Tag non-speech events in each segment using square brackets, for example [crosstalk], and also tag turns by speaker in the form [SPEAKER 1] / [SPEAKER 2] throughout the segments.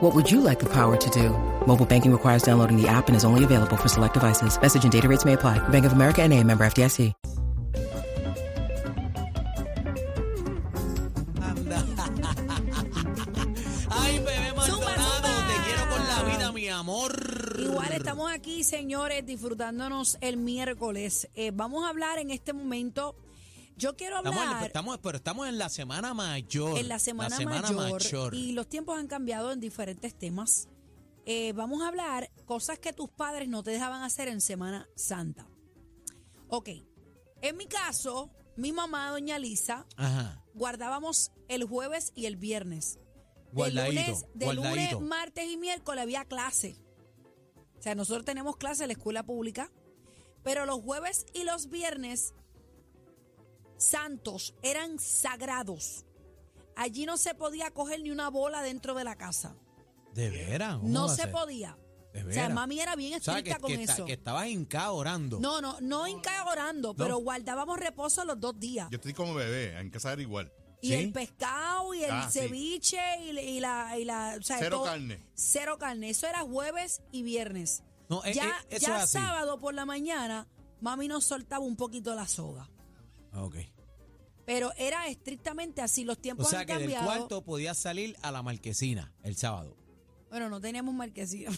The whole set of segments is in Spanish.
[SPEAKER 1] What would you like the power to do? Mobile banking requires downloading the app and is only available for select devices. Message and data rates may apply. Bank of America and a member FDIC.
[SPEAKER 2] Ay, bebé Maldonado,
[SPEAKER 3] zumba.
[SPEAKER 2] te quiero con la vida, mi amor.
[SPEAKER 3] Igual estamos aquí, señores, disfrutándonos el miércoles. Eh, vamos a hablar en este momento. Yo quiero
[SPEAKER 2] Estamos en,
[SPEAKER 3] hablar
[SPEAKER 2] estamos, pero estamos en la semana mayor.
[SPEAKER 3] en la semana, mayor, y los tiempos han cambiado en diferentes temas. Eh, vamos a hablar cosas que tus padres no te dejaban hacer en Semana Santa. Ok, en mi caso, mi mamá, doña Lisa,
[SPEAKER 2] Ajá.
[SPEAKER 3] guardábamos el jueves y el viernes. De
[SPEAKER 2] Guardadito,
[SPEAKER 3] lunes, de
[SPEAKER 2] guardadito.
[SPEAKER 3] lunes, martes y miércoles había clase. O sea, nosotros tenemos clase en la escuela pública, pero los jueves y los viernes santos eran sagrados. Allí no se podía coger ni una bola dentro de la casa.
[SPEAKER 2] De veras. ¿cómo
[SPEAKER 3] No
[SPEAKER 2] va a
[SPEAKER 3] se
[SPEAKER 2] ser?
[SPEAKER 3] podía.
[SPEAKER 2] De
[SPEAKER 3] O
[SPEAKER 2] veras.
[SPEAKER 3] sea, mami era bien
[SPEAKER 2] O sea, que,
[SPEAKER 3] estricta con
[SPEAKER 2] que, esta-
[SPEAKER 3] eso.
[SPEAKER 2] que estabas hincado orando.
[SPEAKER 3] No, no, no hinca orando, pero guardábamos reposo los dos días.
[SPEAKER 4] Yo estoy como bebé, hay que saber igual.
[SPEAKER 3] Y
[SPEAKER 2] ¿Sí?
[SPEAKER 3] el pescado y el
[SPEAKER 4] Ah, sí.
[SPEAKER 3] ceviche y, la- y la, y la- o sea,
[SPEAKER 4] Cero carne.
[SPEAKER 3] Cero carne. Eso era jueves y viernes.
[SPEAKER 2] No, eh,
[SPEAKER 3] ya
[SPEAKER 2] eh, eso
[SPEAKER 3] ya
[SPEAKER 2] es así.
[SPEAKER 3] sábado por la mañana, mami nos soltaba un poquito la soga.
[SPEAKER 2] Ah, ok.
[SPEAKER 3] Pero era estrictamente así. Los
[SPEAKER 2] O
[SPEAKER 3] tiempos
[SPEAKER 2] sea,
[SPEAKER 3] han
[SPEAKER 2] que del
[SPEAKER 3] cambiado.
[SPEAKER 2] cuarto podías salir a la marquesina el sábado.
[SPEAKER 3] Bueno, no teníamos
[SPEAKER 4] [laughs]
[SPEAKER 3] marquesina.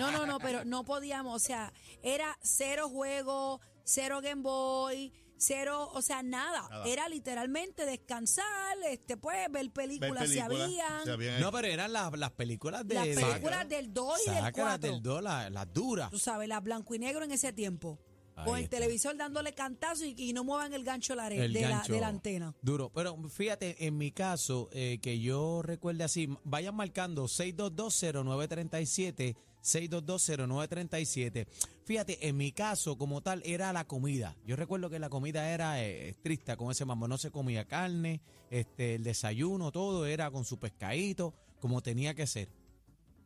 [SPEAKER 3] no, no, no, pero no podíamos. O sea, era cero juego, cero Game Boy, cero, o sea, nada.
[SPEAKER 4] Nada.
[SPEAKER 3] Era literalmente descansar, este, pues, ver
[SPEAKER 4] Ver
[SPEAKER 3] películas, si
[SPEAKER 4] películas.
[SPEAKER 3] habían.
[SPEAKER 4] se habían-
[SPEAKER 2] No, pero eran las, las películas de...
[SPEAKER 3] las
[SPEAKER 2] de-
[SPEAKER 3] películas del 2 y del
[SPEAKER 2] Sácalas
[SPEAKER 3] 4.
[SPEAKER 2] del dos, las, las duras.
[SPEAKER 3] Tú sabes, las blanco y negro en ese tiempo.
[SPEAKER 2] Ahí
[SPEAKER 3] con el
[SPEAKER 2] está.
[SPEAKER 3] televisor dándole cantazo y, y no muevan el gancho de la, red-
[SPEAKER 2] El
[SPEAKER 3] de, la,
[SPEAKER 2] gancho
[SPEAKER 3] de la antena.
[SPEAKER 2] Duro. Pero fíjate, en mi caso, eh, que yo recuerde así, vayan marcando 6220937, 6220937. Fíjate, en mi caso, como tal, era la comida. Yo recuerdo que la comida era eh, estricta con ese mambo. No se comía carne, este, el desayuno, todo era con su pescadito, como tenía que ser.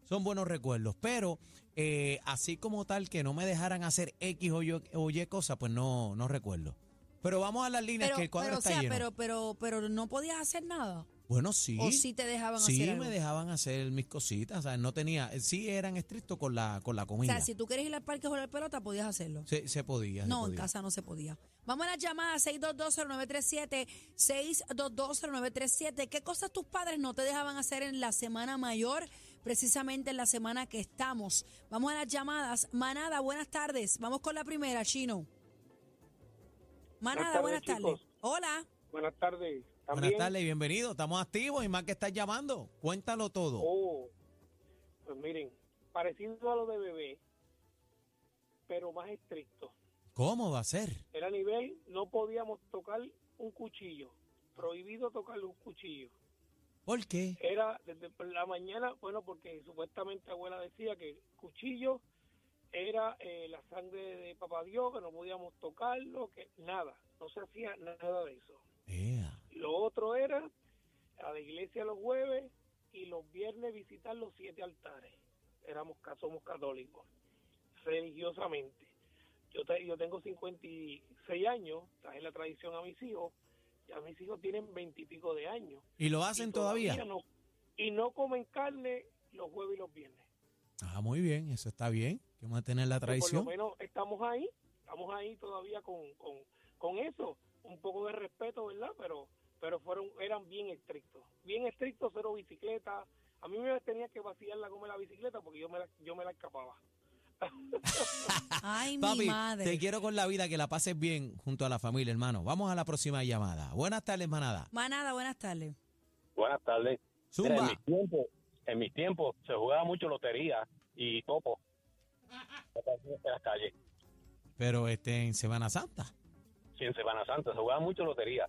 [SPEAKER 2] Son buenos recuerdos, pero eh, así como tal que no me dejaran hacer X o Y, o Y cosa, pues no, no recuerdo. Pero vamos a las líneas
[SPEAKER 3] Pero,
[SPEAKER 2] que el cuadro
[SPEAKER 3] pero, o
[SPEAKER 2] está
[SPEAKER 3] sea,
[SPEAKER 2] lleno.
[SPEAKER 3] pero, pero, pero no podías hacer nada.
[SPEAKER 2] bueno, sí.
[SPEAKER 3] O sí te dejaban
[SPEAKER 2] sí,
[SPEAKER 3] hacer algo.
[SPEAKER 2] me dejaban hacer mis cositas, o sea, no tenía, sí eran estrictos con la con la
[SPEAKER 3] o
[SPEAKER 2] comida.
[SPEAKER 3] sea, si tú quieres ir al parque a jugar pelota, podías hacerlo.
[SPEAKER 2] se, se podía, se
[SPEAKER 3] No, en
[SPEAKER 2] podía.
[SPEAKER 3] casa no se podía. Vamos a la llamada 6220937, 6220937. ¿Qué cosas tus padres no te dejaban hacer en la semana mayor, precisamente en la semana que estamos? Vamos a las llamadas. Manada, buenas tardes. Vamos con la primera, Chino. Manada, buenas
[SPEAKER 5] Buenas
[SPEAKER 3] tardes.
[SPEAKER 5] tardes,
[SPEAKER 3] Hola.
[SPEAKER 5] Buenas tardes.
[SPEAKER 2] Buenas
[SPEAKER 5] También,
[SPEAKER 2] tardes, bienvenido, estamos activos y más que estás llamando. Cuéntalo todo.
[SPEAKER 5] oh, pues miren, parecido a lo de bebé, pero más estricto.
[SPEAKER 2] ¿Cómo va a ser?
[SPEAKER 5] Era nivel, no podíamos tocar un cuchillo. Prohibido tocar un cuchillo.
[SPEAKER 2] ¿Por qué?
[SPEAKER 5] Era desde por la mañana, bueno, porque supuestamente abuela decía que el cuchillo era eh, la sangre de papá Dios, que no podíamos tocarlo, que nada. No se hacía nada de eso.
[SPEAKER 2] Ea.
[SPEAKER 5] Lo otro era a la iglesia los jueves y los viernes visitar los siete altares. Éramos ca- somos católicos, religiosamente. Yo, te- yo tengo 56 años, traje la tradición a mis hijos, ya mis hijos tienen 20 y pico de años.
[SPEAKER 2] ¿Y lo
[SPEAKER 5] y
[SPEAKER 2] hacen todavía?
[SPEAKER 5] no- y no comen carne los jueves y los viernes.
[SPEAKER 2] Ah, muy bien, eso está bien. Que mantener la
[SPEAKER 5] que
[SPEAKER 2] tradición.
[SPEAKER 5] Por lo menos estamos ahí, estamos ahí todavía con, con, con eso, un poco de respeto, ¿verdad? Pero pero fueron eran bien estrictos, bien estrictos, cero bicicleta. A mí me tenía que vaciar la goma de la bicicleta porque yo me la, yo me la escapaba.
[SPEAKER 3] Oh,
[SPEAKER 2] [laughs]
[SPEAKER 3] Ay, mi
[SPEAKER 2] Papi,
[SPEAKER 3] madre.
[SPEAKER 2] te quiero con la vida, que la pases bien junto a la familia, hermano. Vamos a la próxima llamada. Buenas tardes, manada.
[SPEAKER 3] Manada, buenas tardes.
[SPEAKER 6] Buenas tardes. Mira, en
[SPEAKER 2] Zumba.
[SPEAKER 6] mis tiempos, en mis tiempos se jugaba mucho lotería y topo en las calles.
[SPEAKER 2] Pero este en Semana Santa,
[SPEAKER 6] Sí, en Semana Santa se jugaba mucho lotería.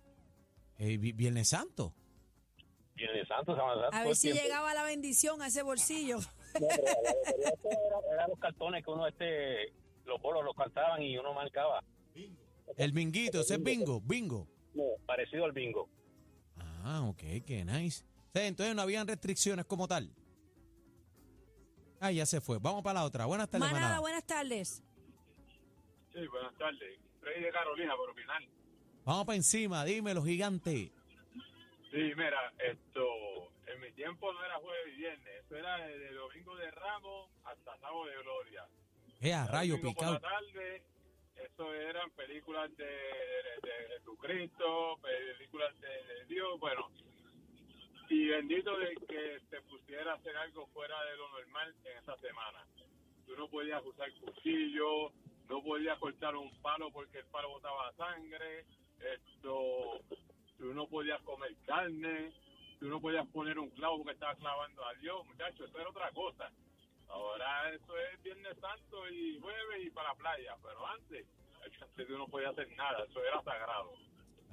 [SPEAKER 2] eh, vi- Viernes Santo.
[SPEAKER 6] Y en el Santo, Semana Santa,
[SPEAKER 3] A
[SPEAKER 6] todo
[SPEAKER 3] ver
[SPEAKER 6] el
[SPEAKER 3] si
[SPEAKER 6] tiempo.
[SPEAKER 3] llegaba la bendición a ese
[SPEAKER 2] [laughs]
[SPEAKER 3] bolsillo.
[SPEAKER 6] No, pero la lotería esto era, era los cartones que uno, este, los bolos los cantaban y uno marcaba.
[SPEAKER 2] El binguito, ese es bingo, bingo.
[SPEAKER 6] No, parecido al bingo.
[SPEAKER 2] Ah, ok, qué nice. O sea, entonces no habían restricciones como tal. Ah, ya se fue. Vamos para la otra. Buenas tardes,
[SPEAKER 3] Manada,
[SPEAKER 2] manada.
[SPEAKER 3] buenas tardes.
[SPEAKER 5] Sí, buenas tardes. Soy de Carolina, por opinar.
[SPEAKER 2] Vamos para encima, dímelo, gigante.
[SPEAKER 5] Sí, mira, esto, en mi tiempo no era jueves y viernes, eso era desde domingo de Ramos hasta sábado de gloria.
[SPEAKER 2] Eh, a rayo
[SPEAKER 5] Domingo por
[SPEAKER 2] picado.
[SPEAKER 5] la tarde, eso eran películas de, de- de Jesucristo, películas de, de Dios, bueno. Y bendito de que te pusiera a hacer algo fuera de lo normal en esa semana. Tú no podías usar cuchillo, no podías cortar un palo porque el palo botaba sangre, esto, tú no podías comer carne, tú no podías poner un clavo porque estabas clavando a Dios, muchachos, eso era otra cosa. Ahora eso es Viernes Santo y jueves y para la playa, pero antes, [laughs] antes tú no podía hacer nada, eso era sagrado.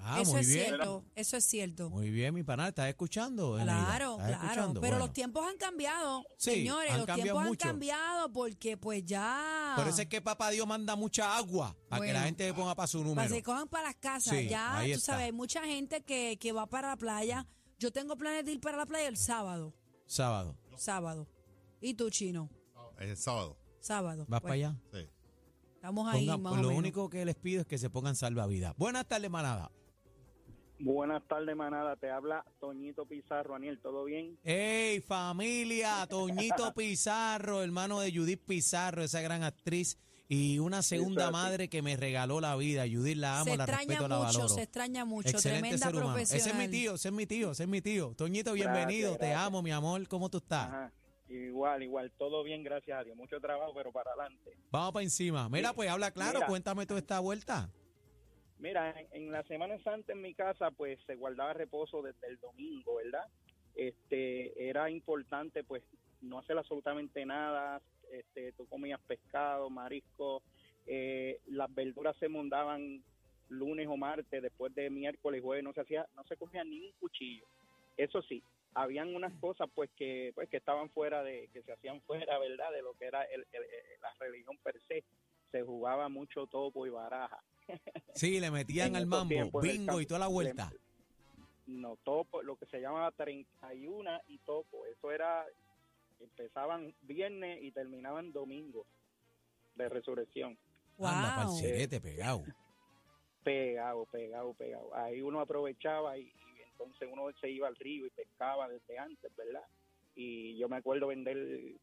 [SPEAKER 2] Ah,
[SPEAKER 3] eso
[SPEAKER 2] muy
[SPEAKER 3] es
[SPEAKER 2] bien.
[SPEAKER 3] cierto, eso es cierto.
[SPEAKER 2] Muy bien, mi panal. ¿Estás escuchando? Eneida?
[SPEAKER 3] Claro,
[SPEAKER 2] ¿Estás
[SPEAKER 3] claro.
[SPEAKER 2] escuchando?
[SPEAKER 3] Pero
[SPEAKER 2] Bueno.
[SPEAKER 3] los tiempos han cambiado,
[SPEAKER 2] Sí,
[SPEAKER 3] señores.
[SPEAKER 2] han
[SPEAKER 3] los
[SPEAKER 2] cambiado
[SPEAKER 3] tiempos
[SPEAKER 2] mucho.
[SPEAKER 3] han cambiado porque pues ya...
[SPEAKER 2] Por eso es que papá Dios manda mucha agua para que
[SPEAKER 3] Bueno.
[SPEAKER 2] la gente se ponga para su número.
[SPEAKER 3] Para que se cojan para las casas.
[SPEAKER 2] Sí,
[SPEAKER 3] ya, tú
[SPEAKER 2] ahí está.
[SPEAKER 3] sabes, hay mucha gente que, que va para la playa. Yo tengo planes de ir para la playa el sábado.
[SPEAKER 2] Sábado.
[SPEAKER 3] Sábado. ¿Y tú, chino?
[SPEAKER 4] El sábado.
[SPEAKER 3] Sábado. Pues,
[SPEAKER 2] ¿Vas para allá?
[SPEAKER 4] Sí.
[SPEAKER 3] Estamos ahí,
[SPEAKER 2] Pongan-
[SPEAKER 3] más o
[SPEAKER 2] lo
[SPEAKER 3] menos.
[SPEAKER 2] único que les pido es que se pongan salvavidas. Buenas tardes, manada.
[SPEAKER 7] Buenas tardes, manada. Te habla Toñito Pizarro, Aniel. ¿Todo bien?
[SPEAKER 2] ¡Ey, familia! Toñito Pizarro, hermano de Judith Pizarro, esa gran actriz y una segunda
[SPEAKER 7] Exacto.
[SPEAKER 2] madre que me regaló la vida. Judith la amo,
[SPEAKER 3] se
[SPEAKER 2] la
[SPEAKER 3] extraña
[SPEAKER 2] respeto, la
[SPEAKER 3] mucho,
[SPEAKER 2] valoro.
[SPEAKER 3] se extraña mucho.
[SPEAKER 2] Excelente
[SPEAKER 3] Tremenda
[SPEAKER 2] ser humano. Ese
[SPEAKER 3] profesional.
[SPEAKER 2] es mi tío, ese es mi tío, ese es mi tío. Toñito, bienvenido,
[SPEAKER 7] Gracias,
[SPEAKER 2] te
[SPEAKER 7] gracias.
[SPEAKER 2] amo, mi amor. ¿Cómo tú estás?
[SPEAKER 7] Ajá. Igual, igual. Todo bien, gracias a Dios. Mucho trabajo, pero para adelante.
[SPEAKER 2] Vamos para encima. Mira, pues habla claro,
[SPEAKER 7] Mira.
[SPEAKER 2] cuéntame toda esta vuelta.
[SPEAKER 7] Mira, en, en la Semana Santa en mi casa, pues se guardaba reposo desde el domingo, ¿verdad? Este, era importante, pues, no hacer absolutamente nada. Este, tú comías pescado, marisco, eh, las verduras se mondaban lunes o martes, después de miércoles, jueves, no se hacía, no se cogía ni un cuchillo. Eso sí, habían unas cosas, pues, que, pues, que estaban fuera de, que se hacían fuera, ¿verdad? De lo que era el- el- el- la religión per se. Se jugaba mucho topo y baraja. [laughs]
[SPEAKER 2] Sí, le metían
[SPEAKER 7] En
[SPEAKER 2] al
[SPEAKER 7] esos
[SPEAKER 2] mambo,
[SPEAKER 7] tiempos, en el
[SPEAKER 2] bingo y
[SPEAKER 7] campo,
[SPEAKER 2] toda la
[SPEAKER 7] le-
[SPEAKER 2] vuelta.
[SPEAKER 7] no topo, lo que se llamaba 31 y topo. Eso era, empezaban viernes y terminaban domingo de resurrección.
[SPEAKER 2] Anda,
[SPEAKER 3] Wow.
[SPEAKER 2] parcerete, pegado.
[SPEAKER 7] Pegado, pegado, pegado. Ahí uno aprovechaba y, y entonces uno se iba al río y pescaba desde antes, ¿verdad? Y yo me acuerdo vender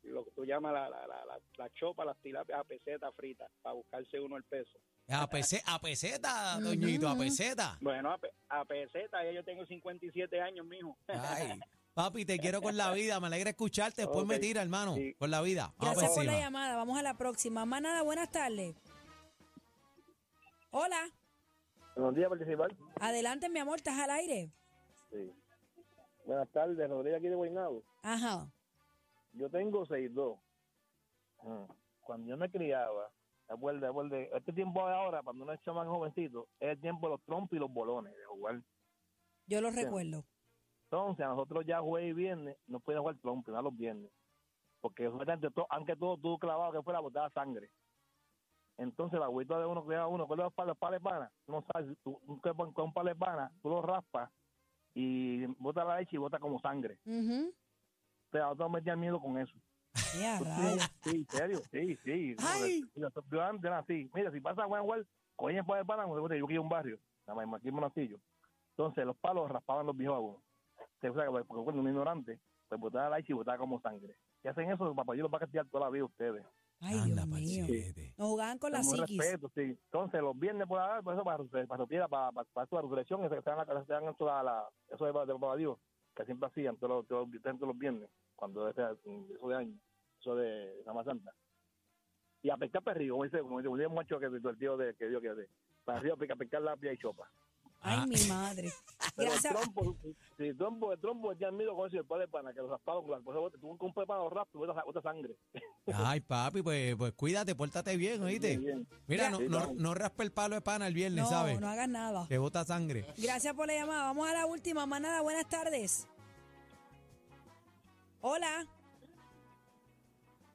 [SPEAKER 7] lo que tú llamas la, la, la, la- la chopa, las tilapias a peseta fritas para buscarse uno el peso.
[SPEAKER 2] A, pese- a peseta, Toñito, a
[SPEAKER 3] Ujú.
[SPEAKER 2] peseta.
[SPEAKER 7] Bueno, a, pe- a peseta, ya yo tengo 57 años, mijo.
[SPEAKER 2] Ay, papi, te quiero con la vida. Me alegra escucharte. Después me
[SPEAKER 7] Ok,
[SPEAKER 2] tira, hermano.
[SPEAKER 7] sí.
[SPEAKER 2] Con la vida. Vamos
[SPEAKER 3] Gracias por
[SPEAKER 2] encima.
[SPEAKER 3] la llamada. Vamos a la próxima. Manada, buenas tardes. Hola.
[SPEAKER 6] Buenos días, participar.
[SPEAKER 3] Adelante, mi amor, estás al aire.
[SPEAKER 6] Buenas tardes, Rodríguez aquí de Guaynabo.
[SPEAKER 3] Ajá.
[SPEAKER 6] Yo tengo 6'2". Ah, Cuando yo me criaba, acuerde, acuerde, este tiempo de ahora, cuando uno es más jovencito, es el tiempo de los trompos y los bolones de jugar.
[SPEAKER 3] Yo lo recuerdo.
[SPEAKER 6] Entonces, a nosotros ya jueves y viernes no podíamos jugar trompo, nada los viernes. Porque supuestamente todo, aunque todo tú clavado que fuera, botaba sangre. Entonces, la agüita de uno que a uno, con los palos, palos de pana, tú no sabes, tú, tú que pon- con un palo de pana, tú lo raspas y bota la leche y bota como sangre.
[SPEAKER 3] Ujú.
[SPEAKER 6] Pero a nosotros nos metían miedo con eso.
[SPEAKER 3] Ya, rayos.
[SPEAKER 6] Sí, en serio, sí, sí.
[SPEAKER 3] [laughs] Ay.
[SPEAKER 6] Yo yo antes era así. Mira, si pasa Juan Juan, coño, pues, el palo de pana, como se yo quiero un barrio, la misma aquí en Monacillo. Entonces, los palos raspaban los viejos a uno. Se usa porque cuando un ignorante, pues botaba la leche y botaba como sangre. Si hacen eso, papá, yo los va a castigar toda la vida a ustedes.
[SPEAKER 3] Ay,
[SPEAKER 2] Anda,
[SPEAKER 3] Dios mío.
[SPEAKER 2] parcerete.
[SPEAKER 3] Nos jugaban con la
[SPEAKER 6] Con mucho
[SPEAKER 3] psiquis.
[SPEAKER 6] respeto, sí. Entonces, los viernes por la por eso, para, para, para, para, para, para, para su resurrección, eso que se dan, la- se dan eso, la, la, eso de, de papá Dios, que siempre hacían todos los, todos, los- todos los viernes, cuando ese- eso de año, eso de Semana Santa. y a pescar para río, como dice, como dice un macho que el tío de, que Dios que hace. Para río, pescar, pescar la pia y chopa. Ah.
[SPEAKER 3] Ay, mi madre.
[SPEAKER 6] Pero el
[SPEAKER 3] Gracias.
[SPEAKER 6] trompo, si el trompo, el trompo, ya admiro con eso, el padre pana, que los raspados, con la cosa, tú con un preparo rap, tú botas botas sangre.
[SPEAKER 2] Ay, papi, pues, pues cuídate, pórtate bien,
[SPEAKER 6] Muy
[SPEAKER 2] oíste.
[SPEAKER 6] bien.
[SPEAKER 3] Mira.
[SPEAKER 2] Mira, no,
[SPEAKER 6] Sí,
[SPEAKER 2] no,
[SPEAKER 6] vamos.
[SPEAKER 2] no raspa el palo de pana el viernes,
[SPEAKER 3] No,
[SPEAKER 2] ¿sabes?
[SPEAKER 3] no hagas nada.
[SPEAKER 2] Te bota sangre.
[SPEAKER 3] Gracias por la llamada. Vamos a la última. Más nada, buenas tardes. Hola.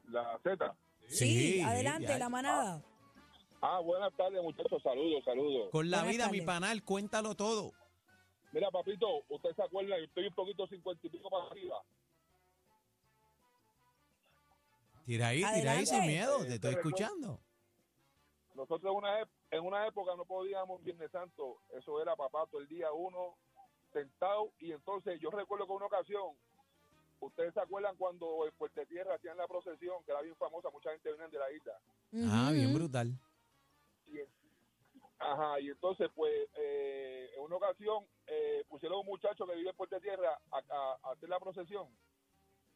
[SPEAKER 8] La Z.
[SPEAKER 3] Sí,
[SPEAKER 2] Sí,
[SPEAKER 3] adelante,
[SPEAKER 2] ya.
[SPEAKER 3] la manada.
[SPEAKER 8] Ah, buenas tardes, muchachos. Saludos, saludos.
[SPEAKER 2] Con la
[SPEAKER 3] Buenas
[SPEAKER 2] vida, mi
[SPEAKER 3] tardes.
[SPEAKER 2] panal, cuéntalo todo.
[SPEAKER 8] Mira, papito, usted se acuerda, yo estoy un poquito cincuenta y pico para arriba.
[SPEAKER 2] Tira ahí, tira ahí
[SPEAKER 3] Adelante.
[SPEAKER 2] sin miedo,
[SPEAKER 8] Eh,
[SPEAKER 2] te estoy
[SPEAKER 8] te recuerdo-
[SPEAKER 2] escuchando.
[SPEAKER 8] Nosotros en una, ep- en una época no podíamos Viernes Santo, eso era papá todo el día uno sentado y entonces yo recuerdo que una ocasión, ustedes se acuerdan cuando en Puerto Tierra hacían la procesión, que era bien famosa, mucha gente venía de la isla.
[SPEAKER 2] Ah, bien
[SPEAKER 3] Ujú.
[SPEAKER 2] brutal.
[SPEAKER 8] Ajá, y entonces, pues, eh, en una ocasión eh, pusieron a un muchacho que vive en Puerto Tierra a, a- a hacer la procesión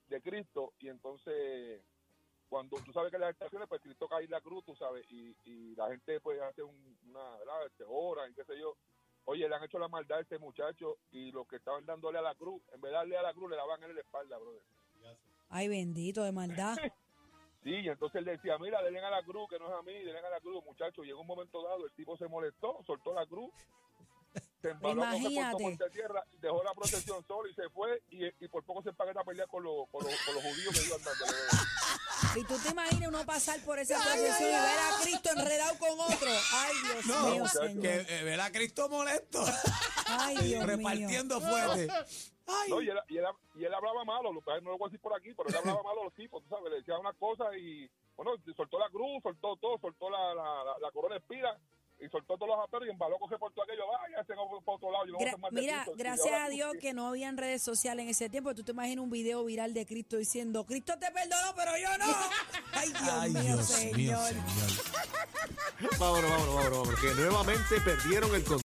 [SPEAKER 8] de Cristo, y entonces, cuando tú sabes que en las estaciones, pues Cristo cae en la cruz, tú sabes, y, y la gente, pues, hace un- una, ¿verdad? Este, hora, y qué sé yo. Oye, le han hecho la maldad a este muchacho, y los que estaban dándole a la cruz, en vez de darle a la cruz, le daban en la espalda, brother.
[SPEAKER 3] Ay, bendito, de
[SPEAKER 8] [laughs]
[SPEAKER 3] maldad.
[SPEAKER 8] Sí, y entonces él decía, mira, denle a la cruz, que no es a mí, denle a la cruz, muchacho. Y en un momento dado el tipo se molestó, soltó
[SPEAKER 3] [laughs]
[SPEAKER 8] la cruz, se embaló con se
[SPEAKER 3] Imagínate.
[SPEAKER 8] portó por tierra, dejó la protección solo y se fue. Y, y por poco se empaqueta a pelear con los, con los, con los judíos que iban andando.
[SPEAKER 3] [laughs] Y tú te imaginas uno pasar por esa procesión y ver a Cristo enredado con otro. Ay, Dios mío, señor.
[SPEAKER 2] que eh, ver a Cristo molesto,
[SPEAKER 3] Ay, Dios mío.
[SPEAKER 2] repartiendo fuerte. Ay,
[SPEAKER 8] No, y, él, y, él, y él hablaba malo, lo que no lo voy a decir por aquí, pero él hablaba malo a los tipos, tú sabes, le decía una cosa y, bueno, soltó la cruz, soltó todo, soltó la, la, la, la corona espira. Y soltó todos los aperos y embaló con por todo aquello. Vaya, se va para otro lado. Yo no voy a
[SPEAKER 3] Gra-
[SPEAKER 8] hacer más de
[SPEAKER 3] Mira,
[SPEAKER 8] Cristo. Y
[SPEAKER 3] gracias
[SPEAKER 8] ahora
[SPEAKER 3] a
[SPEAKER 8] tú,
[SPEAKER 3] Dios
[SPEAKER 8] sí.
[SPEAKER 3] que no habían redes sociales en ese tiempo. Tú te imaginas un video viral de Cristo diciendo, Cristo te perdonó, pero yo
[SPEAKER 8] [laughs]
[SPEAKER 3] no. Ay, Dios
[SPEAKER 2] ay,
[SPEAKER 3] mío,
[SPEAKER 2] Dios
[SPEAKER 3] señor.
[SPEAKER 2] mío, señor.
[SPEAKER 9] Vámonos, vámonos, vámonos, vámonos, que nuevamente perdieron el control.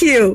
[SPEAKER 10] you.